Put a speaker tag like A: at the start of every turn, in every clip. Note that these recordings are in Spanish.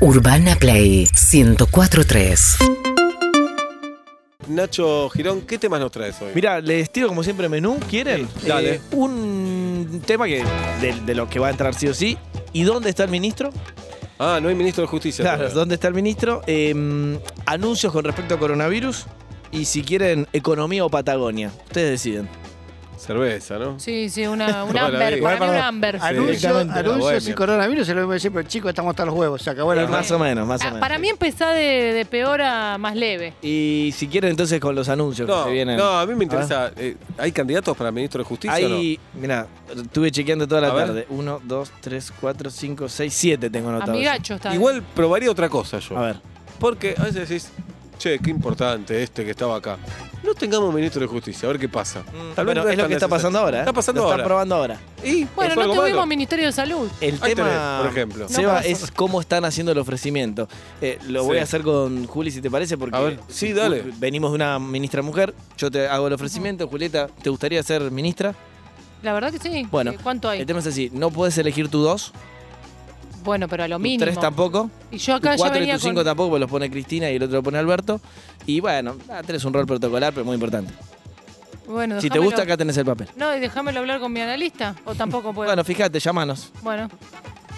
A: Urbana Play 1043.
B: Nacho Girón, ¿qué temas nos traes hoy?
C: Mira, les tiro como siempre menú, ¿quieren? Eh,
B: Sí, dale.
C: un tema que de, de lo que va a entrar sí o sí. ¿Y dónde está el ministro?
B: Ah, no hay ministro de Justicia.
C: Claro,
B: todavía.
C: ¿dónde está el ministro? Eh, anuncios con respecto a coronavirus. Y si quieren, economía o Patagonia. Ustedes deciden.
B: Cerveza, ¿no?
D: Sí, sí, una,
B: Toda
D: una
B: la
D: Amber,
B: vida.
D: para mí
E: Bueno,
D: una Amber.
B: Sí.
E: Anuncio,
B: directamente. La
E: anuncios
B: bohemia.
E: y coronavirus es lo mismo de siempre, chicos, estamos hasta los huevos, se acabó la
C: Eh, más o menos, más o
D: Ah,
C: menos.
D: para mí empezá de, de peor a más leve.
C: Y si quieren, entonces con los anuncios que
B: No,
C: se vienen.
B: no, a mí me interesa. eh, ¿Hay candidatos para ministro de Justicia o no?
C: Ahí, mira, estuve chequeando toda la
B: A ver.
C: tarde. Uno, dos, tres, cuatro, cinco, seis, siete tengo anotado.
D: Amigacho está.
B: Igual probaría otra cosa
C: yo.
B: yo.
C: A ver.
B: Porque a veces decís, che, qué importante este que estaba acá. No tengamos ministro de Justicia, a ver qué pasa. Tal vez
C: Pero
B: no
C: es lo
B: tan
C: que está
B: necesario.
C: pasando ahora. ¿eh?
B: Está pasando
C: Lo
B: ahora.
C: Está probando ahora.
B: ¿Y?
D: Bueno,
B: ¿Pasó
D: no
B: algo
D: tuvimos
B: malo?
D: Ministerio de Salud.
C: El
B: Ahí
C: tema,
B: tenés, por ejemplo.
D: No
C: Seba,
D: pasó.
C: es cómo están haciendo el ofrecimiento. Eh, lo
B: Sí.
C: voy a hacer con Juli, si te parece, porque
B: A ver, sí,
C: ju-
B: dale.
C: venimos de una ministra mujer. Yo te hago el ofrecimiento. Julieta, ¿te gustaría ser ministra?
D: La verdad que sí.
C: Bueno,
D: Eh, ¿Cuánto hay?
C: El tema es así, no puedes elegir tu dos,
D: Bueno, pero a lo
C: tu
D: mínimo.
C: tres tampoco,
D: Y yo
C: tu
D: acá ya
C: cuatro y
D: venía
C: tu cinco
D: con...
C: tampoco, porque los pone Cristina y el otro lo pone Alberto. Y bueno, ah, tenés un rol protocolar, pero muy importante.
D: Bueno,
C: Si te
D: dejámelo-
C: gusta, acá tenés el papel.
D: No, y déjamelo hablar con mi analista. O tampoco puedo.
C: Bueno, fíjate, llámanos.
D: Bueno,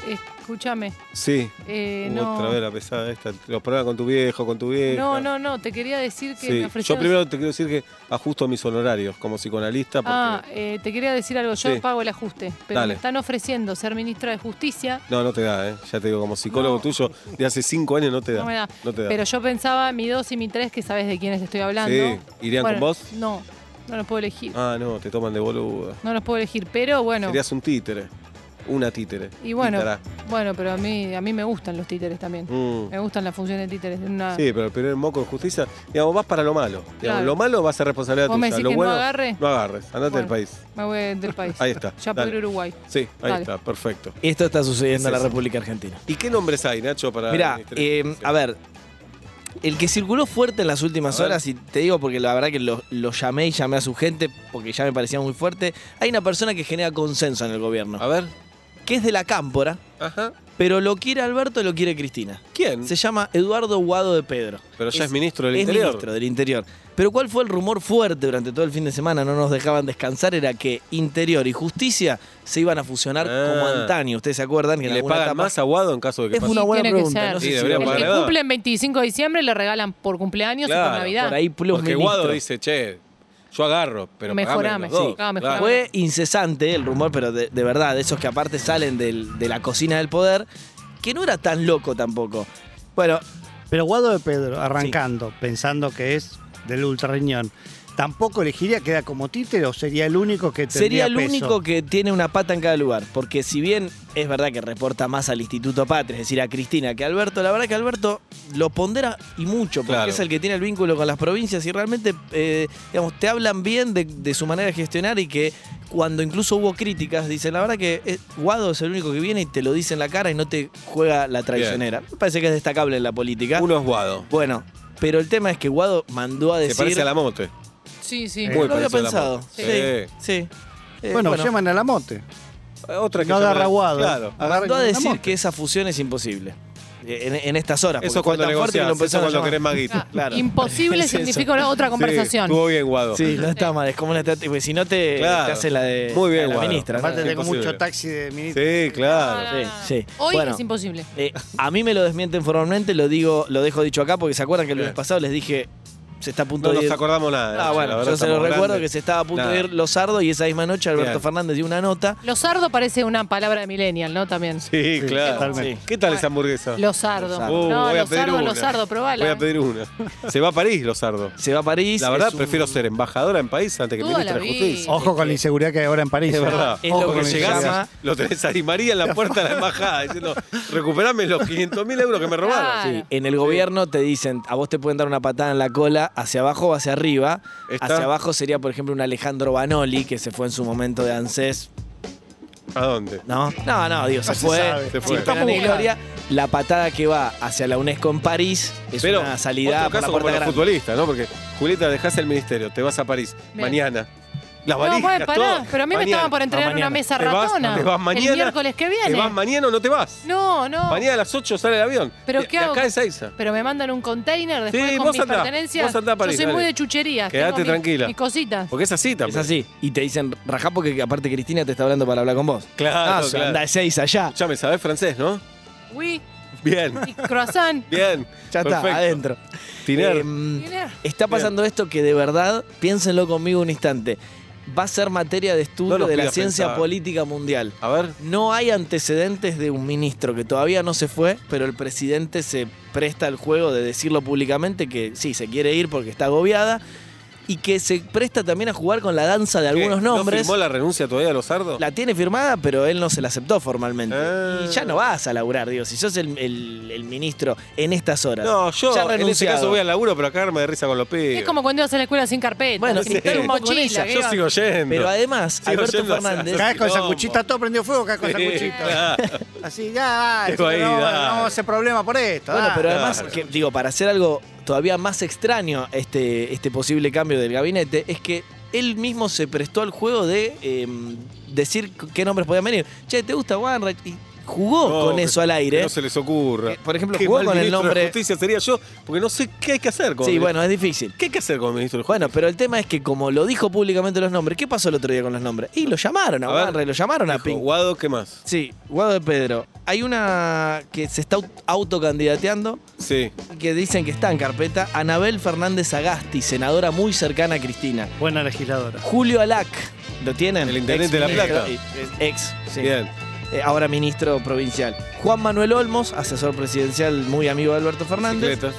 D: escúchame.
B: Sí.
D: Eh,
B: Uh,
D: no,
B: Otra vez la pesada esta. Los problemas con tu viejo, con tu vieja.
D: no, no, no. Te quería decir que
B: Sí.
D: me
B: Yo
D: ofrecieron...
B: primero te quiero decir que ajusto mis honorarios como psicoanalista. Porque...
D: Ah, eh, te quería decir algo. Yo
B: Sí.
D: pago el ajuste. Pero
B: Dale.
D: me están ofreciendo ser ministra de Justicia
B: No, no te da, ¿eh? Ya te digo, como psicólogo
D: No.
B: tuyo de hace cinco años no te da.
D: No me da.
B: te da.
D: Pero yo pensaba mi 2 y mi 3, que sabes de quiénes estoy hablando.
B: Sí, ¿irían con vos?
D: No, no los puedo elegir.
B: Ah, no, te toman de boluda.
D: No los puedo elegir, pero bueno.
B: Serías un títere. Una títere.
D: Y bueno,
B: Títará.
D: bueno, pero a mí, a mí me gustan los títeres también.
B: Mm.
D: Me gustan las funciones de títeres. Una,
B: Sí, pero el primer moco de justicia, digamos, vas para lo malo. Digamos,
D: Claro.
B: Lo malo va a ser responsabilidad
D: ¿Vos
B: tuya.
D: me decís
B: lo
D: que no
B: bueno,
D: agarre?
B: No agarres, andate del
D: Bueno.
B: país.
D: Me voy del país.
B: Ahí está,
D: Ya
B: dale.
D: por Uruguay.
B: Sí, ahí
D: Dale.
B: está, perfecto.
C: Esto está sucediendo
B: Sí,
C: en la
B: sí.
C: República Argentina.
B: ¿Y qué nombres hay, Nacho, para.
C: Mira,
B: ministro?
C: eh,
B: Sí.
C: a ver, el que circuló fuerte en las últimas
B: A ver.
C: horas, y te digo porque la verdad que lo, lo llamé y llamé a su gente porque ya me parecía muy fuerte, hay una persona que genera consenso en el gobierno,
B: A ver.
C: que es de la cámpora,
B: Ajá.
C: pero lo quiere Alberto, lo quiere Cristina.
B: ¿Quién?
C: Se llama Eduardo Guado de Pedro.
B: Mm. Pero ya es,
C: es-
B: ministro del
C: es
B: Interior.
C: ministro del Interior. Pero ¿cuál fue el rumor fuerte durante todo el fin de semana? No nos dejaban descansar, era que Interior y Justicia se iban a fusionar
B: Ah.
C: como antaño. ¿Ustedes se acuerdan? Que
B: ¿Y
C: en
B: le
C: alguna
B: pagan
C: etapa-
B: más aguado en caso de que
C: Es
B: pase?
C: una buena
D: Tiene que
C: pregunta.
D: ser.
C: No sé
B: Sí,
C: si
B: debería
C: lo-
D: El que
B: pagar edad.
D: cumple el 25 de diciembre le regalan por cumpleaños y
B: Claro,
D: por Navidad.
C: por ahí plus
B: Porque
C: ministro.
B: Guado dice, che, yo agarro, pero pagame
D: Mejorame,
B: los
D: sí.
B: dos.
D: Ah, mejorame.
B: Claro.
C: Fue incesante el rumor, pero de, de verdad, de esos que aparte salen del- de la cocina del poder, que no era tan loco tampoco. Bueno,
E: Pero Guado de Pedro, arrancando, pensando que es del ultra riñón, ¿tampoco elegiría queda como títere o sería el único que tendría
C: sería el
E: peso?
C: único que tiene una pata en cada lugar, porque si bien es verdad que reporta más al Instituto Patria, es decir, a Cristina, que a Alberto, la verdad que Alberto lo pondera y mucho, porque
B: Claro.
C: es el que tiene el vínculo con las provincias y realmente, eh, digamos, te hablan bien de, de su manera de gestionar y que cuando incluso hubo críticas, dicen, la verdad que eh, Guado es el único que viene y te lo dice en la cara y no te juega la traicionera. Me parece que es destacable en la política.
B: Uno es Guado.
C: Bueno, pero el tema es que Guado mandó a
B: Se
C: decir.
B: parece a la mote.
D: Sí, sí.
B: Muy
C: No lo había
B: parece a la
C: pensado.
B: moto.
C: Sí.
B: Sí.
C: sí. Eh,
E: Bueno, llaman a la mote.
B: Otra que
E: No
B: yo me-
E: agarra Guado.
C: ¿eh?
B: Claro.
E: agarra
C: Mandó a
E: la
C: decir
E: Mote.
C: que esa fusión es imposible. eh, En, en estas horas. porque
B: Eso
C: fue
B: cuando
C: tan fuerte que
B: negociás,
C: lo
B: eso
C: empezaron a
B: cuando
C: llamar.
B: querés más guita.
C: Claro.
D: Imposible
C: Es eso.
D: significa una otra conversación.
B: Sí, estuvo bien, Guado.
C: Sí, no está mal. Es como una estrategia. porque Si no te,
B: Claro.
C: te hace la de
B: Muy bien,
C: la de la
B: Guado.
C: ministra. ¿no?
E: Aparte
B: Es
E: tengo
B: imposible.
E: mucho taxi de ministro.
B: Sí, claro.
D: No, no,
C: Sí,
D: no.
C: sí.
D: Hoy
C: Bueno.
D: es imposible.
C: Eh, a mí me lo desmienten formalmente, lo digo, lo dejo dicho acá porque se acuerdan que el lunes
B: Bien.
C: pasado les dije se está a punto
B: No
C: de
B: nos
C: ir.
B: acordamos nada.
C: Ah,
B: Nacho, la
C: bueno,
B: verdad
C: yo se lo
B: estamos
C: recuerdo
B: grandes.
C: que se estaba a punto
B: Nada.
C: de ir Lozardo y esa misma noche Alberto
B: Bien.
C: Fernández dio una nota.
D: Lozardo parece una palabra de millennial, ¿no? También.
B: Sí, claro.
E: totalmente.
B: ¿Qué tal esa hamburguesa?
D: Lozardo.
C: Lozardo.
B: Uh,
D: no,
B: voy a pedir
D: Lozardo,
B: una.
D: Lozardo, probala. eh.
B: Voy a pedir una. Se va a París, Lozardo.
C: Se va a París.
B: La verdad,
C: es un-
B: prefiero ser embajadora en país antes que
D: Toda
B: ministra
D: la
B: de
D: vida.
B: justicia.
E: Ojo con la inseguridad que hay ahora en París.
B: Es
E: ¿eh?
B: verdad.
C: es
E: Ojo
C: lo
E: con
C: que
E: la
B: Porque
C: se
B: llegás,
E: inseguridad.
C: llama-
B: lo tenés a Di María en la puerta de la embajada diciendo, recuperame los 500 mil euros que me robaron.
D: Claro.
C: Sí, en el gobierno te dicen, a vos te pueden dar una patada en la cola, hacia abajo o hacia arriba.
B: Está-
C: Hacia abajo sería, por ejemplo, un Alejandro Banoli, que se fue en su momento de ANSES.
B: ¿A dónde?
C: No, no, no, digo, se,
E: se
C: fue.
E: sabe.
B: Se
C: sin
B: fue.
C: pena ni gloria. La patada que va hacia la UNESCO en París es
B: Pero
C: una salida
B: otro
C: por
B: caso
C: la
B: como
C: puerta
B: los
C: grande.
B: futbolistas, ¿no? Porque Julieta dejás el ministerio, te vas a París
D: Bien.
B: mañana. Las
D: No,
B: valijas,
D: bueno, pará,
B: todo.
D: pero a mí me
B: Mañana.
D: estaban por entregar
C: Ah,
D: en una
C: mañana.
D: mesa
B: Te vas-
D: ratona.
B: Te vas mañana.
D: El miércoles que viene.
B: Te vas mañana o no te vas.
D: No, no.
B: Mañana a las 8 sale el avión.
D: Pero
B: Y-
D: ¿qué
B: y
D: hago?
B: acá es Aiza.
D: Pero me mandan un container después
B: Sí,
D: con
B: vos
D: mis
B: andá,
D: pertenencias.
B: vos andá a París,
D: Yo soy
B: dale.
D: muy de chucherías.
B: Quedate
D: tengo mis-
B: tranquila.
D: Mis cositas.
B: Porque es así
C: Es
B: también.
C: así. Y te dicen, rajá porque aparte Cristina te está hablando para hablar con vos.
B: Claro,
C: Ah,
B: claro.
C: anda seis allá.
B: Escuchame, sabés francés, ¿no?
D: Oui,
B: Bien,
D: y croissant.
B: bien.
C: Ya está,
B: perfecto.
C: adentro.
B: Tiner.
C: Em,
D: Mirá.
C: Está pasando esto que de verdad, piénsenlo conmigo un instante, va a ser materia de estudio
B: No nos
C: de la
B: pidas
C: ciencia
B: pensar.
C: política mundial.
B: a ver.
C: No hay antecedentes de un ministro que todavía no se fue, pero el presidente se presta al juego de decirlo públicamente que sí, se quiere ir porque está agobiada y que se presta también a jugar con la danza de algunos
B: ¿qué? ¿No
C: nombres.
B: firmó la renuncia todavía a los sardos?
C: La tiene firmada, pero él no se la aceptó formalmente.
B: Ah.
C: Y ya no vas a laburar, digo, si sos el, el- el ministro en estas horas.
B: No, yo
C: ya
B: en ese
C: renunciado.
B: caso voy al laburo, pero acá me de risa con los pibes.
D: Es como cuando ibas a la escuela sin carpeta.
C: Bueno,
D: sin
C: sí.
D: tal
C: Sí.
D: mochila. que
B: Yo
D: ibas-
B: sigo yendo.
C: Pero además,
B: Sigo
C: Alberto
B: yendo hacia-
C: Fernández...
E: Cada vez con esa
B: quilombo.
E: cuchita, todo prendió fuego, cada vez con esa
B: Sí,
E: cuchita.
B: claro.
E: Así, ya,
B: Dejo ahí,
E: no, no
B: dale.
E: vamos a hacer problema por esto.
C: Bueno,
E: dale.
C: pero además,
B: claro.
C: que, digo, para hacer algo todavía más extraño, este, este posible cambio del gabinete, es que él mismo se prestó al juego de eh, decir c- qué nombres podían venir. Che, ¿te gusta Wainwright? Y jugó
B: No,
C: con
B: que-
C: eso al
B: Que
C: aire.
B: no se les ocurra.
C: Eh, Por ejemplo,
B: Qué
C: jugó
B: mal
C: con el
B: ministro de
C: nombre...
B: justicia sería yo, porque no sé qué hay que hacer con
C: Sí, bueno, es difícil.
B: ¿Qué hay que hacer con el ministro de
C: Bueno, pero el tema es que como lo dijo públicamente los nombres, ¿qué pasó el otro día con los nombres? Y lo llamaron a,
B: A ver,
C: Wainwright, lo llamaron a
B: Dijo,
C: Pink.
B: Guado, ¿qué más?
C: Sí, Guado de Pedro. Hay una que se está aut- autocandidateando
B: Sí.
C: y que dicen que está en carpeta. Anabel Fernández Agasti, senadora muy cercana a Cristina.
E: Buena legisladora.
C: Julio Alac, ¿lo tienen?
B: El intendente de La
C: Exministro-
B: Plata.
C: eh, Ex, sí.
B: Bien.
C: Eh, ahora ministro provincial. Juan Manuel Olmos, asesor presidencial muy amigo de Alberto Fernández.
B: Bicicleta.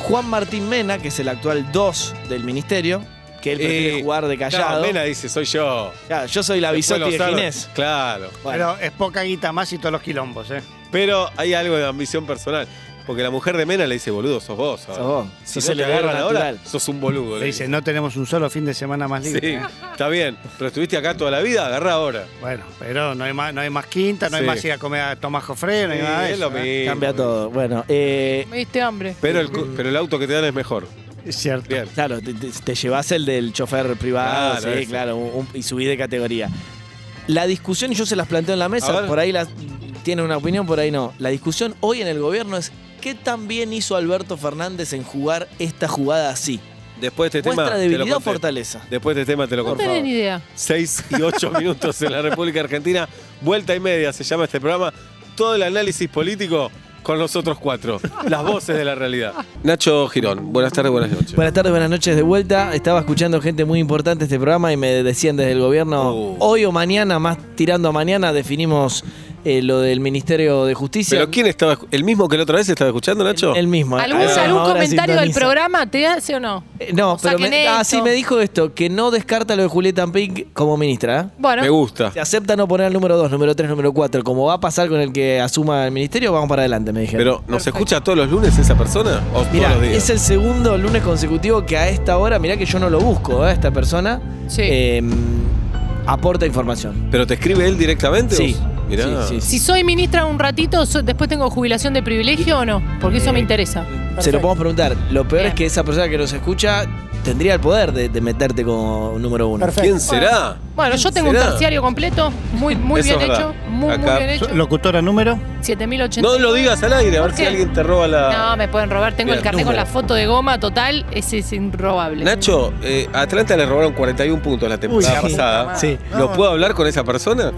C: Juan Martín Mena, que es el actual 2 del ministerio, que él prefiere
B: Eh,
C: jugar de callado.
B: No, Mena dice, soy yo.
C: Claro, yo soy la
B: Después
C: bisotti
B: los
C: de
B: sardos.
C: Ginés.
B: Claro.
C: Bueno,
E: Pero es poca guita más y todos los quilombos, ¿eh?
B: Pero hay algo de ambición personal. Porque la mujer de Mena le dice, boludo, sos vos. ahora".
C: sos vos.
B: Si
C: Sos
B: no
C: el
B: te
C: heredero
B: agarran ahora,
C: natural.
B: sos un boludo.
E: Le
B: le dice.
E: dicen, no tenemos un solo fin de semana más libre.
B: Sí, está bien. Pero estuviste acá toda la vida, agarra ahora.
E: Bueno, pero no hay más, no hay más quinta, no
B: Sí.
E: hay más ir a comer a Tomás Jofre, no hay
B: Sí,
E: más de
B: es lo
E: eso, ¿eh?
B: mismo.
C: Cambia todo. Bueno, eh,
D: Me diste hambre.
B: Pero el, cu- pero el auto que te dan es mejor.
E: Es cierto.
B: Bien.
C: Claro, te, te- te llevas el del chofer privado,
B: Claro,
C: sí,
B: ese.
C: claro, un- y subís de categoría. La discusión, yo se las planteo en la
B: A
C: mesa,
B: ver.
C: por ahí las tienen una opinión, por ahí no. La discusión hoy en el gobierno es qué tan bien hizo Alberto Fernández en jugar esta jugada así.
B: Después de este tema.
C: ¿Muestra
B: te lo
C: debilidad o
B: conté.
C: fortaleza?
B: Después de este tema te lo
D: No
B: conté.
D: tenés ni idea.
B: 6 y 8 minutos en la República Argentina. Vuelta y media se llama este programa. Todo el análisis político con los otros cuatro. Las voces de la realidad. Nacho Girón, buenas tardes, buenas noches.
C: Buenas tardes, buenas noches de vuelta. Estaba escuchando gente muy importante este programa y me decían desde el gobierno,
B: Uh.
C: hoy o mañana, más tirando a mañana, definimos eh, lo del Ministerio de Justicia.
B: ¿Pero quién estaba? escu- ¿El mismo que la otra vez estaba escuchando, Nacho?
C: El mismo. a
D: ¿Algún,
C: esa
D: algún
C: misma hora
D: comentario del
C: sintoniza.
D: programa te hace o no?
C: Eh, No, pero
D: Saquen
C: me, ah,
D: esto.
C: sí, me dijo esto, que no descarta lo de Julieta Pink como ministra. ¿eh?
D: Bueno,
B: Me gusta.
C: Se acepta no poner el número 2, número 3, número 4. Como va a pasar con el que asuma el ministerio, vamos para adelante, me dijeron.
B: Pero, ¿nos escucha todos los lunes esa persona? ¿O todos
C: Mirá,
B: los días?
C: es el segundo lunes consecutivo que a esta hora, mirá que yo no lo busco, ¿eh? esta persona
D: Sí.
C: eh, aporta información.
B: ¿Pero te escribe él directamente?
C: Sí.
B: o- Mirá.
C: Sí, sí, sí.
D: si soy ministra un ratito, so- después tengo jubilación de privilegio o no, porque eso me
B: Eh,
D: interesa.
C: Se lo podemos preguntar. Lo peor
D: Bien.
C: es que esa persona que nos escucha tendría el poder de, de meterte como número uno.
B: ¿Quién será?
D: Bueno, yo tengo un
B: ¿Será?
D: terciario completo, muy, muy
B: Eso
D: bien
B: es verdad.
D: hecho, muy, muy
B: Acá-
D: bien hecho.
E: Locutora número.
D: 7080.
B: No lo digas al aire, a ver
D: ¿Por
B: si
D: qué?
B: alguien te roba la.
D: No, me pueden robar. Tengo
B: Bien,
D: el carnet con
B: número.
D: la foto de goma total. Ese es inrobable.
B: Nacho, eh, a Atlanta le robaron 41 puntos la temporada
E: la puta
B: pasada.
E: madre.
C: Sí.
B: ¿Lo puedo hablar con esa persona?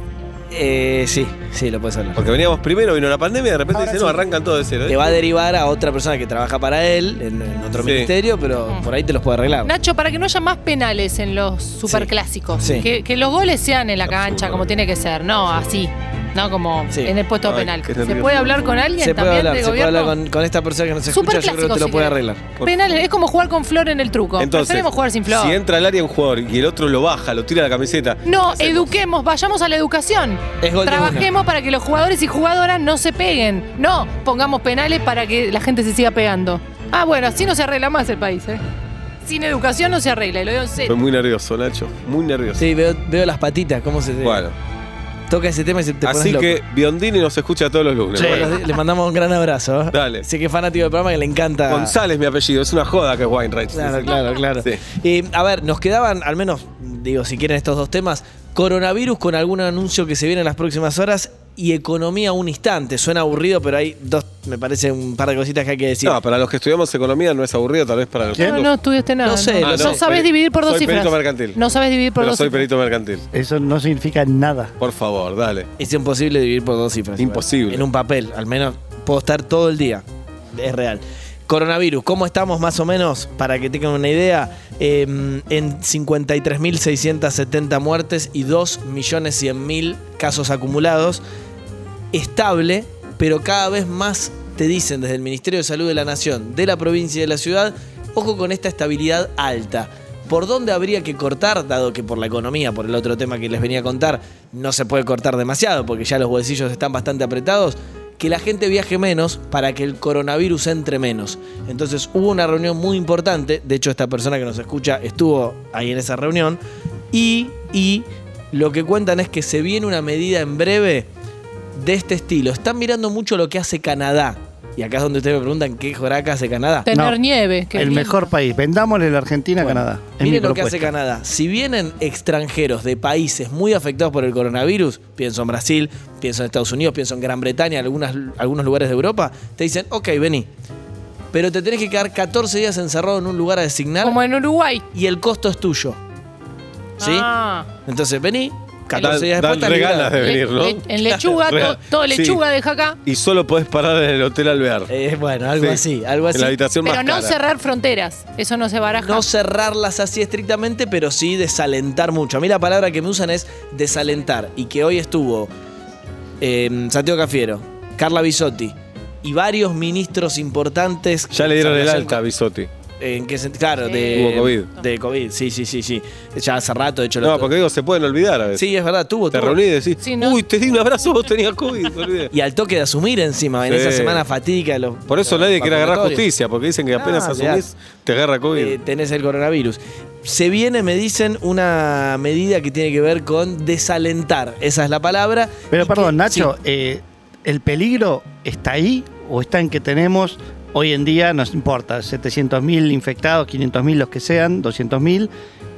C: Eh, sí, sí, lo puedes hablar.
B: Porque veníamos primero, vino la pandemia, de repente dicen, no, arrancan todo de cero. ¿eh?".
C: Te va a derivar a otra persona que trabaja para él en, en otro
B: Sí.
C: ministerio, pero por ahí te los puede arreglar.
D: Nacho, para que Mm. no haya más penales en los superclásicos,
C: Sí.
D: que, que los goles sean en la
B: Absurdo.
D: cancha como tiene que ser, no así, no como
C: Sí.
D: en el puesto
B: Ay,
D: penal.
B: qué
D: ¿Se
B: nervioso.
D: puede hablar con alguien
C: se puede
D: también
C: hablar,
D: de
C: se puede
D: gobierno?
C: hablar con, con esta persona que nos escucha, yo creo que
D: Superclásico,
C: te lo
D: si
C: puede
D: querés.
C: arreglar.
B: Por-
D: Penales, es como jugar con flor en el truco.
B: Entonces,
D: Preferimos jugar sin flor.
B: Si entra al área un jugador y el otro lo baja, lo tira a la camiseta.
D: no, eduquemos, vayamos a la educación.
C: Es gol de
D: Trabajemos para que los jugadores y jugadoras no se peguen. No, pongamos penales para que la gente se siga pegando. Ah, bueno, así no se arregla más el país, ¿eh? Sin educación no se arregla, y lo digo en
B: Estoy
D: serio.
B: muy nervioso, Nacho. Muy nervioso.
C: Sí, veo, veo las patitas, cómo se te-
B: Bueno,
C: toca ese tema y se te pones
B: así
C: loco.
B: que Biondini nos escucha todos los lunes.
C: Sí,
B: Bueno,
C: los- le mandamos un gran abrazo. ¿eh?
B: Dale.
C: Sé que es fanático del programa que le encanta.
B: González, mi apellido. Es una joda que es Wainwright.
C: Claro, claro, claro.
B: Sí.
C: Eh, a ver, nos quedaban al menos digo, si quieren estos dos temas, coronavirus con algún anuncio que se viene en las próximas horas y economía un instante. Suena aburrido, pero hay dos, me parece, un par de cositas que hay que decir.
B: No, para los que estudiamos economía no es aburrido, tal vez para los Ah,
E: ¿Quién?
D: No,
B: otros.
D: no estudiaste nada.
C: No sé,
D: no,
C: no sé.
D: sabes
B: Peri-
D: dividir por dos
B: soy
D: cifras.
B: perito mercantil.
D: No sabes dividir por
B: Pero
D: dos
B: soy
D: cifras.
B: perito mercantil.
E: Eso no significa nada.
B: Por favor, dale.
C: Es imposible dividir por dos cifras. igual.
B: Imposible.
C: En un papel, al menos puedo estar todo el día. Es real. Coronavirus, ¿cómo estamos más o menos? Para que tengan una idea, eh, en 53.670 muertes y 2.100.000 casos acumulados. Estable, pero cada vez más te dicen desde el Ministerio de Salud de la Nación, de la provincia y de la ciudad, ojo con esta estabilidad alta. ¿Por dónde habría que cortar, dado que por la economía, por el otro tema que les venía a contar, no se puede cortar demasiado porque ya los bolsillos están bastante apretados? Que la gente viaje menos para que el coronavirus entre menos. Entonces hubo una reunión muy importante, de hecho esta persona que nos escucha estuvo ahí en esa reunión, y, y lo que cuentan es que se viene una medida en breve de este estilo. Están mirando mucho lo que hace Canadá. Y acá es donde ustedes me preguntan qué joraca hace Canadá.
D: Tener
E: No.
D: nieve. qué
E: el
D: lindo.
E: mejor país. Vendámosle la Argentina a
C: Bueno,
E: Canadá. Es mi
C: Miren lo que hace
E: propuesta.
C: Canadá. Si vienen extranjeros de países muy afectados por el coronavirus, pienso en Brasil, pienso en Estados Unidos, pienso en Gran Bretaña, algunas, algunos lugares de Europa, te dicen, ok, vení. Pero te tenés que quedar 14 días encerrado en un lugar a designar
D: Como en Uruguay.
C: y el costo es tuyo. ¿Sí?
D: Ah.
C: Entonces vení,
B: Dan-
C: 14 días
B: dan
C: después estás
B: regalas
C: liberado.
B: de venir, ¿no?
D: Le- en lechuga,
B: Real.
D: to- todo
B: Sí.
D: lechuga deja acá.
B: Y solo podés parar en el hotel alvear.
C: Eh, bueno, algo
B: Sí.
C: así, algo así.
B: En la habitación
D: Pero
B: más
D: no
B: cara.
D: cerrar fronteras. Eso no se baraja.
C: No cerrarlas así estrictamente, pero sí desalentar mucho. A mí la palabra que me usan es desalentar. Y que hoy estuvo eh, Santiago Cafiero, Carla Bisotti y varios ministros importantes.
B: Ya le dieron el
C: Relación-
B: alta a Bisotti.
C: En qué sentido? Claro,
D: Sí.
C: de.
B: Hubo COVID.
C: De COVID, sí, sí, sí, sí. Ya hace rato, de hecho. lo-
B: No, porque digo, se pueden olvidar a veces.
C: Sí, es verdad, tuvo.
B: Te
C: tuvo.
B: reunís y decís,
D: Sí, no.
B: uy, te di un abrazo, vos tenías COVID. me olvidé".
C: Y al toque de asumir encima, en
B: Sí.
C: esa semana fatídica. de los-
B: Por eso
C: de los
B: nadie quiere agarrar
C: vacunatorios.
B: justicia, porque dicen que apenas
C: Ah,
B: asumís, te agarra COVID.
C: eh, tenés el coronavirus. Se viene, me dicen, una medida que tiene que ver con desalentar. Esa es la palabra.
E: Pero
C: Y
E: perdón,
C: que-
E: Nacho, eh, ¿el peligro está ahí o está en que tenemos hoy en día, nos importa, 700.000 infectados, 500.000 los que sean, 200.000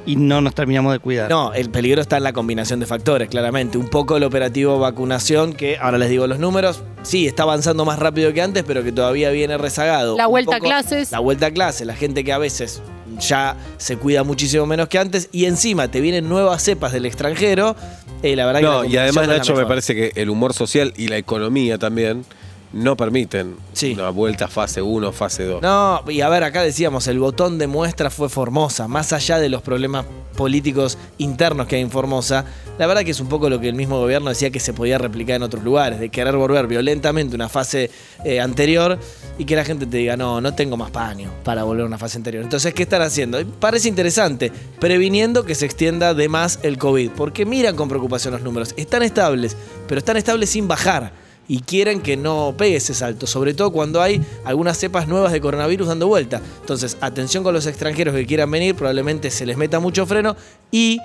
E: y no nos terminamos de cuidar?
C: No, el peligro está en la combinación de factores, claramente. Un poco el operativo vacunación, que ahora les digo los números, sí, está avanzando más rápido que antes, pero que todavía viene rezagado.
D: La
C: Un
D: vuelta a
C: poco
D: clases.
C: La vuelta a clase, la gente que a veces ya se cuida muchísimo menos que antes y encima te vienen nuevas cepas del extranjero. eh, la verdad que
B: No,
C: la
B: y además,
C: combinación no es la
B: Nacho, me
C: mejor.
B: parece que el humor social y la economía también no permiten
C: Sí.
B: una vuelta a fase 1, fase 2.
C: No, y a ver, acá decíamos, el botón de muestra fue Formosa, más allá de los problemas políticos internos que hay en Formosa, la verdad que es un poco lo que el mismo gobierno decía que se podía replicar en otros lugares, de querer volver violentamente una fase eh, anterior y que la gente te diga, no, no tengo más paño para volver a una fase anterior. Entonces, ¿qué están haciendo? Y Parece interesante, previniendo que se extienda de más el COVID, porque miran con preocupación los números, están estables, pero están estables sin bajar y quieren que no pegue ese salto, sobre todo cuando hay algunas cepas nuevas de coronavirus dando vuelta. Entonces, atención con los extranjeros que quieran venir, probablemente se les meta mucho freno y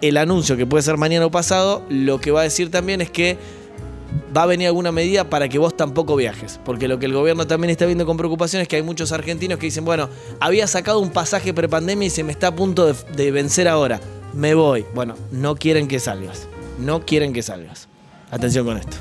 C: el anuncio que puede ser mañana o pasado, lo que va a decir también es que va a venir alguna medida para que vos tampoco viajes, porque lo que el gobierno también está viendo con preocupación es que hay muchos argentinos que dicen, bueno, había sacado un pasaje prepandemia y se me está a punto de, de vencer ahora, me voy. Bueno, no quieren que salgas, no quieren que salgas. Atención con esto.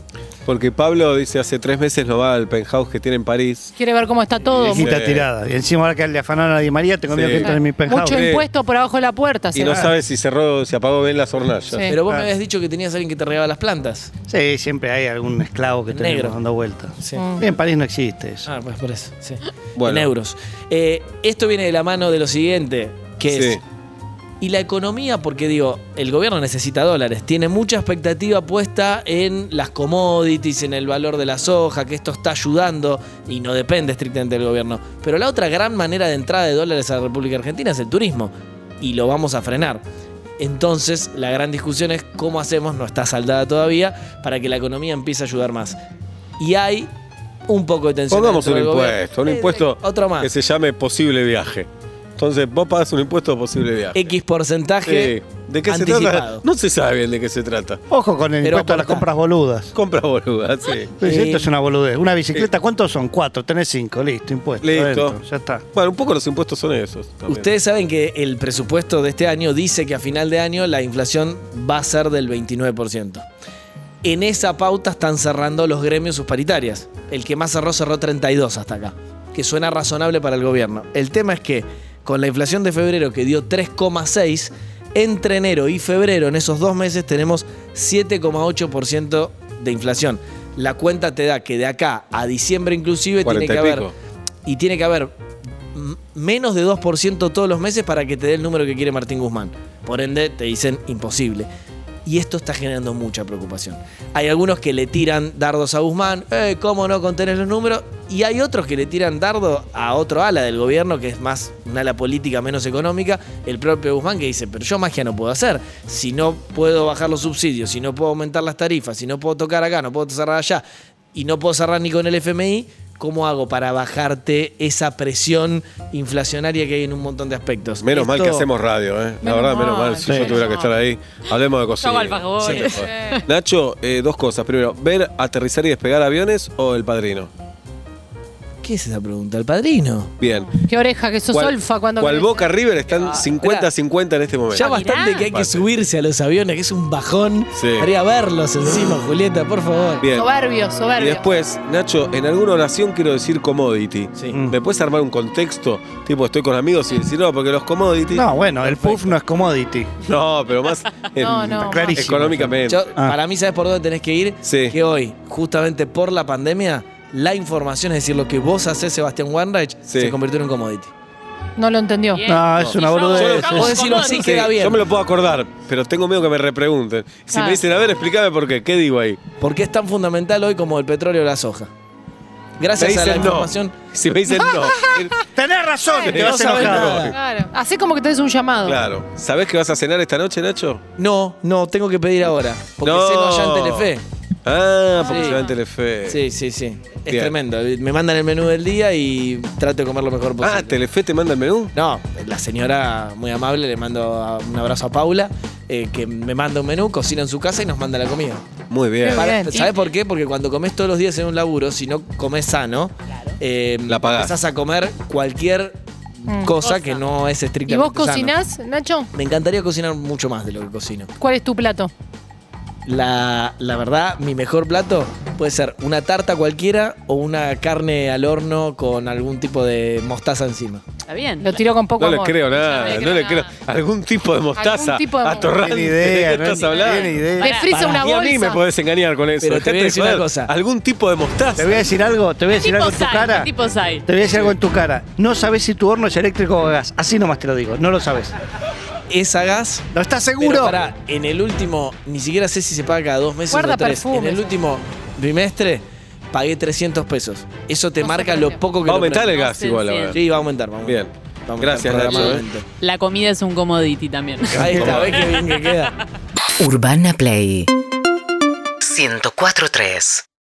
B: Porque Pablo dice hace tres meses no va al penthouse que tiene en París.
D: Quiere ver cómo está todo.
B: Sí.
E: Quita tirada. Y encima ahora que le afanaron a Di María, tengo miedo
B: Sí.
E: que entre en mi penthouse.
D: Mucho
B: Sí.
D: impuesto por abajo de la puerta.
B: Y
D: se
B: no
D: va.
B: sabe si cerró, si apagó bien las hornallas.
D: Sí.
C: Pero vos me
E: Claro.
C: habías dicho que tenías alguien que te regaba las plantas.
E: Sí, siempre hay algún esclavo que
C: El
E: tenemos
C: negro.
E: dando vueltas.
C: Sí.
D: Mm.
E: En París no existe eso.
C: Ah, pues por eso. Sí.
B: Bueno.
C: En euros. Eh, esto viene de la mano de lo siguiente, que es...
B: Sí.
C: Y la economía, porque digo, el gobierno necesita dólares, tiene mucha expectativa puesta en las commodities, en el valor de la soja, que esto está ayudando y no depende estrictamente del gobierno. Pero la otra gran manera de entrada de dólares a la República Argentina es el turismo y lo vamos a frenar. Entonces, la gran discusión es cómo hacemos, no está saldada todavía, para que la economía empiece a ayudar más. Y hay un poco de tensión.
B: Pongamos
C: dentro
B: un
C: del gobierno.
B: impuesto, un
C: Eh,
B: impuesto
C: eh, Otro más.
B: que se llame posible viaje. Entonces vos pagas un impuesto de posible viaje.
C: X porcentaje.
B: Sí. ¿De qué se trata?
C: anticipado.
B: No se sabe bien de qué se trata.
E: Ojo con el
C: Pero
E: impuesto a las
C: aportá.
E: compras boludas.
B: Compra boluda, sí.
E: Pues
C: Eh,
E: esto es una boludez. Una bicicleta, ¿cuántos son? Cuatro, tenés cinco, listo, impuesto.
B: Listo.
E: adentro, ya está.
B: Bueno, un poco los impuestos son esos. también.
C: Ustedes saben que el presupuesto de este año dice que a final de año la inflación va a ser del 29%. En esa pauta están cerrando los gremios sus paritarias. El que más cerró cerró 32 hasta acá, que suena razonable para el gobierno. El tema es que con la inflación de febrero que dio 3,6, entre enero y febrero, en esos dos meses, tenemos 7,8% de inflación. La cuenta te da que de acá a diciembre inclusive tiene
B: Cuarenta
C: que
B: y
C: haber
B: pico.
C: y tiene que haber m- menos de 2% todos los meses para que te dé el número que quiere Martín Guzmán. Por ende, te dicen imposible. Y esto está generando mucha preocupación. Hay algunos que le tiran dardos a Guzmán, eh, ¿cómo no contener los números? Y hay otros que le tiran dardo a otro ala del gobierno, que es más una ala política menos económica, el propio Guzmán que dice, pero yo magia no puedo hacer. Si no puedo bajar los subsidios, si no puedo aumentar las tarifas, si no puedo tocar acá, no puedo cerrar allá, y no puedo cerrar ni con el FMI, ¿cómo hago para bajarte esa presión inflacionaria que hay en un montón de aspectos?
B: Menos mal que
C: Esto-
B: hacemos radio, ¿eh? La
D: Menos
B: verdad, menos
D: mal,
B: mal. Si
E: sí.
B: yo tuviera que estar ahí, hablemos de
F: Yo hago
B: cocina.
F: alfajores.
B: Sí.
D: Eh.
B: Nacho, eh, dos cosas. Primero, ¿ver aterrizar y despegar aviones o el padrino?
C: ¿Qué es esa pregunta? ¿El padrino?
B: Bien.
D: Qué oreja, que sos
B: Cual-
D: olfa cuando.
B: Cual
D: querés.
B: Boca River están
C: Ah,
B: 50-50 en este momento.
C: Ya bastante que hay que
B: Bastante.
C: subirse a los aviones, que es un bajón.
B: Sí.
C: Haría verlos encima, Julieta, por favor.
B: Bien.
D: Soberbio,
B: Y
D: soberbio.
B: después, Nacho, en alguna oración quiero decir commodity.
C: Sí.
E: Mm.
B: ¿Me puedes armar un contexto? Tipo, estoy con amigos y decir, no, porque los commodities.
E: No, bueno, el puff no es commodity.
B: No, pero más en-
D: No, no.
E: Está clarísimo.
B: económicamente.
C: Yo-
E: Ah.
C: Para mí, ¿sabes por dónde tenés que ir?
B: Sí.
C: Que hoy, justamente por la pandemia, la información, es decir, lo que vos hacés, Sebastián Wanreich,
B: Sí.
C: se convirtió en un commodity.
D: No lo entendió.
F: Bien.
E: No, es una
F: Y yo
E: boludez.
F: buscaba
C: Vos
F: un
C: decirlo
F: colón.
C: así queda bien.
B: Yo me lo puedo acordar, pero tengo miedo que me repregunten. Si
D: Ah.
B: me dicen, a ver, explícame por qué, ¿qué digo ahí?
C: Porque es tan fundamental hoy como el petróleo o la soja.
B: Me
C: Gracias a la
B: dicen no.
C: información.
B: Si me dicen no,
E: Tenés razón,
B: Bueno,
E: te vas
C: no
E: a
C: sabés
E: enojar.
C: nada.
D: Claro. Hacé como que tenés un llamado.
B: claro. ¿Sabés que vas a cenar esta noche, Nacho?
C: No, no, tengo que pedir ahora. Porque
B: No.
C: ceno allá en Telefe.
B: Ah, porque
C: Sí.
B: se va en Telefe. Ah,
C: Sí, sí, sí. Es
B: Bien.
C: tremendo. Me mandan el menú del día y trato de comer lo mejor posible.
B: Ah, Telefe te manda el menú.
C: No, la señora muy amable, le mando a- un abrazo a Paula, eh, que me manda un menú, cocina en su casa y nos manda la comida.
B: Muy bien.
D: Qué bien.
C: ¿Sabes por qué? Porque cuando comes todos los días en un laburo, si no comes sano, eh,
B: La pagás.
C: empezás a comer cualquier
D: Mm.
C: cosa que no es
D: ¿Y
C: estrictamente
D: vos
C: sano.
D: cocinás, Nacho?
C: Me encantaría cocinar mucho más de lo que cocino.
D: ¿Cuál es tu plato?
C: La, la verdad, mi mejor plato puede ser una tarta cualquiera o una carne al horno con algún tipo de mostaza encima.
F: Está bien.
D: Lo tiró con poco
B: No le
D: amor.
B: creo nada,
F: Yo no le
B: no
F: creo
B: le creo.
F: nada.
B: Algún tipo de mostaza.
D: tipo de mo-
B: atorrante.
E: Tiene idea,
B: ¿De qué
E: no
B: estás
E: tiene
B: hablando?
E: idea.
D: Le frisa
C: Pará.
D: una
B: Ni a mí me
D: bolsa.
B: podés engañar con eso.
C: Pero te voy a
B: dejate de
C: decir una
B: joder.
C: cosa.
B: Algún tipo de mostaza.
E: Te voy a decir algo, te voy a decir algo en tu
F: tipos hay?
E: cara.
F: ¿Qué tipos hay?
E: Te voy a decir algo en tu cara. No sabes si tu horno es eléctrico o a gas. Así nomás te lo digo. No lo sabes.
C: Es a gas,
E: ¿No estás
C: Pero
E: seguro?
C: pará, en el último, ni siquiera sé si se paga cada dos meses
D: Guarda
C: o tres.
D: perfumes.
C: En el último trimestre pagué 300 pesos. Eso te
D: No se
C: marca
D: prende.
C: lo poco que
B: Va a
C: lo
B: aumentar el
C: prende.
F: No
B: gas
F: se
B: igual a ver.
F: enciende.
C: Sí, va a aumentar, va a aumentar.
B: Bien.
C: Va a aumentar
B: Gracias, Nacho, ¿eh?
C: programadamente.
F: La comida es un commodity también.
C: Ahí está, ves qué bien que queda.
A: Urbana Play 104.3